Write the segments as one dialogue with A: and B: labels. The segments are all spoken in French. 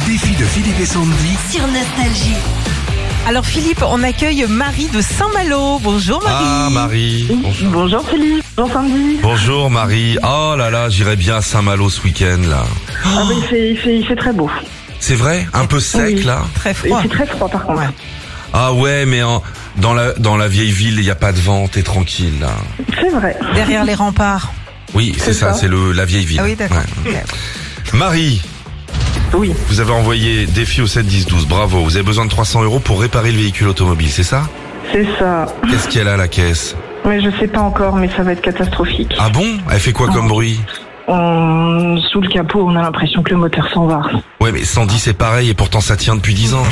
A: Philippe et Sandy.
B: sur Nostalgie.
C: Alors Philippe, on accueille Marie de Saint-Malo. Bonjour Marie.
A: Ah Marie. Bonjour.
D: Bonjour Philippe, bonjour Sandy.
A: Bonjour Marie. Oh là là, j'irai bien à Saint-Malo ce week-end là.
D: Ah ben, il, fait, il fait- il fait très beau.
A: C'est vrai Un peu sec
D: Oui.
A: là
C: Très
D: Il
C: froid.
D: fait très froid par contre.
C: Ouais.
A: Ah ouais, mais en, dans, la, dans la vieille ville, il n'y a pas de vent, t'es tranquille là.
D: C'est vrai.
C: Derrière les remparts.
A: Oui, c'est
D: C'est
A: ça,
D: ça.
A: c'est le la vieille ville.
C: Ah oui, d'accord.
A: Ouais.
C: Ok.
A: Marie,
D: Oui,
A: vous avez envoyé défi au 7-10-12, bravo. Vous avez besoin de 300 euros pour réparer le véhicule automobile, c'est ça
D: c'est ça.
C: Ah.
A: Qu'est-ce qu'elle a à la caisse
D: Mais je sais pas encore, mais ça va être catastrophique.
A: Ah bon Elle fait quoi comme bruit
D: On- sous le capot, on a l'impression que le moteur s'en va.
A: Ouais, mais Sandy, c'est pareil, et pourtant ça tient depuis 10 ans.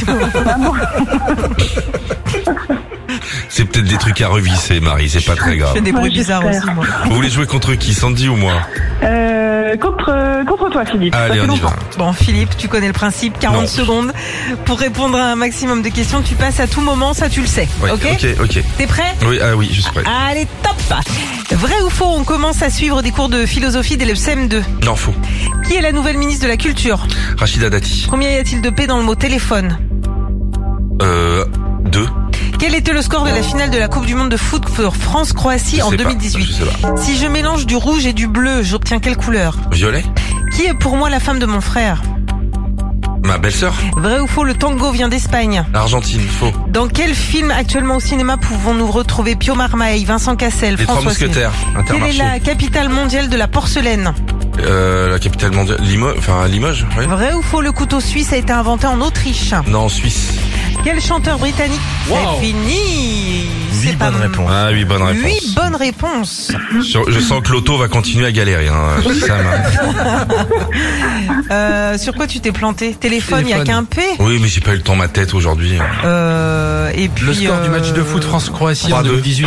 A: c'est peut-être des trucs à revisser, Marie, c'est pas très
C: Je
A: grave.
C: fais des
D: Ouais,
C: bruits bizarres aussi
D: j'espère.
C: moi.
A: Vous voulez jouer contre qui, Sandy ou moi Ah,
D: Euh, contre, euh, contre toi Philippe.
A: Allez,
D: Ça fait
A: on y va.
D: longtemps.
C: Bon Philippe, tu connais le principe, 40
A: Non.
C: secondes pour répondre à un maximum de questions. Tu passes à tout moment, ça tu le sais.
A: Ouais,
C: ok
A: ok, ok.
C: T'es prêt
A: Oui, ah oui, juste prêt.
C: Allez, top Vrai ou faux, on commence à suivre des cours de philosophie dès le CM2.
A: Non, faux.
C: Qui est la nouvelle ministre de la Culture
A: Rachida Dati.
C: Combien y a-t-il de P dans le mot téléphone
A: Euh, deux.
C: Quel était le score de la finale de la Coupe du Monde de foot pour France-Croatie
A: Je
C: en
A: sais pas,
C: 2018
A: Je sais pas.
C: Si je mélange du rouge et du bleu, j'obtiens quelle couleur
A: Violet
C: Qui est pour moi la femme de mon frère
A: Ma belle-sœur
C: Vrai ou faux, le tango vient d'Espagne
A: Argentine, faux.
C: Dans quel film actuellement au cinéma pouvons-nous retrouver Pio Marmaille, Vincent Cassel,
A: Les trois
C: François Civil
A: mousquetaires,
C: Quelle est
A: Intermarché.
C: la capitale mondiale de la porcelaine
A: Euh, la capitale mondiale, Limoges, enfin Limoges, oui.
C: Vrai ou faux, le couteau suisse a été inventé en Autriche
A: Non, Suisse.
C: Quel chanteur britannique
A: Wow.
C: C'est fini C'est pas-
A: Ah oui, bonne réponse.
C: Huit bonnes réponses.
A: Sur- Je sens que l'auto va continuer à galérer. Hein. Ça m'a-
C: Euh, sur quoi tu t'es planté Téléphone, il n'y a
E: Téléphone.
C: qu'un P.
A: Oui, mais j'ai pas eu le temps ma tête aujourd'hui.
C: Euh, et puis,
E: Le score du match de
C: euh,
E: foot France-Croatie
A: 3-2.
E: en 2018,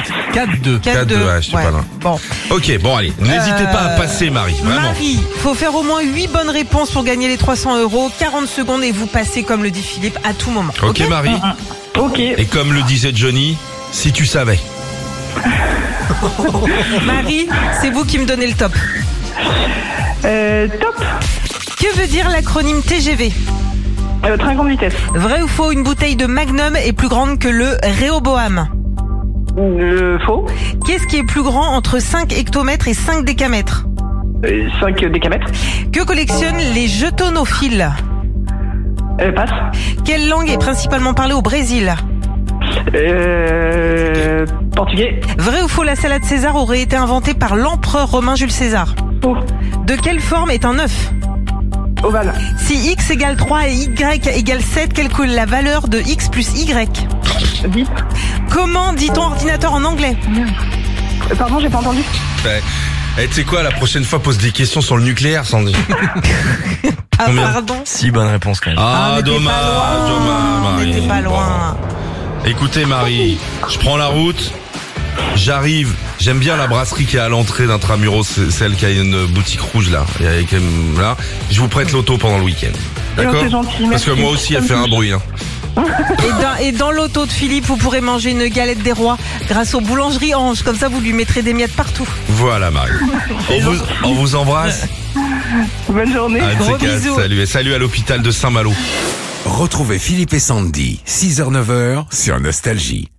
C: 4-2.
E: 4-2.
A: 4-2, ouais, je suis pas loin.
C: Bon.
A: Ok, bon allez, n'hésitez
C: Euh,
A: pas à passer Marie, vraiment.
C: Marie, faut faire au moins 8 bonnes réponses pour gagner les 300 euros. 40 secondes et vous passez, comme le dit Philippe, à tout moment.
A: ok Marie,
D: Ok.
A: et comme le disait Johnny, si tu savais.
C: Marie, c'est vous qui me donnez le top.
D: Euh, top.
C: Que veut dire l'acronyme TGV
D: Euh, train grande vitesse.
C: Vrai ou faux, une bouteille de Magnum est plus grande que le Réoboam
D: Euh, faux.
C: Qu'est-ce qui est plus grand entre 5 hectomètres et 5 décamètres
D: 5 Euh, décamètres.
C: Que collectionnent les jetonophiles
D: Euh, passe.
C: Quelle langue est principalement parlée au Brésil
D: Euh, portugais.
C: Vrai ou faux, la salade César aurait été inventée par l'empereur romain Jules César
D: Faux.
C: De quelle forme est un œuf
D: Ovale.
C: Si x égale 3 et y égale 7, calcule la valeur de x plus y.
D: 10.
C: Comment dit-on ordinateur en anglais
D: Euh, Pardon, j'ai pas entendu.
A: Ouais. Eh, tu sais quoi, la prochaine fois, pose des questions sur le nucléaire, Sandy.
C: Ah,
A: Combien
C: pardon.
E: Si, bonne réponse quand même.
A: Ah,
C: mais t'es pas
A: dommage,
C: loin.
A: dommage, Marie.
C: T'étais pas loin.
A: Bon. Écoutez, Marie, je prends la route, j'arrive. J'aime bien la brasserie qui est à l'entrée d'Intramuros, c'est celle qui a une boutique rouge là. Il y a quand même- là. Je vous prête l'auto pendant le week-end. D'accord
D: c'est gentil,
A: Parce que
D: merci.
A: moi aussi, elle fait un bruit. Hein.
C: Et dans, et dans l'auto de Philippe, vous pourrez manger une galette des rois grâce aux boulangeries Ange. Comme ça, vous lui mettrez des miettes partout.
A: Voilà, Marie. On vous, on vous embrasse.
D: Bonne journée.
A: Ah,
C: Gros
A: c'est qu'à-
C: bisous.
A: Salut et salut à l'hôpital de Saint-Malo.
F: Retrouvez Philippe et Sandy, 6h-9h sur Nostalgie.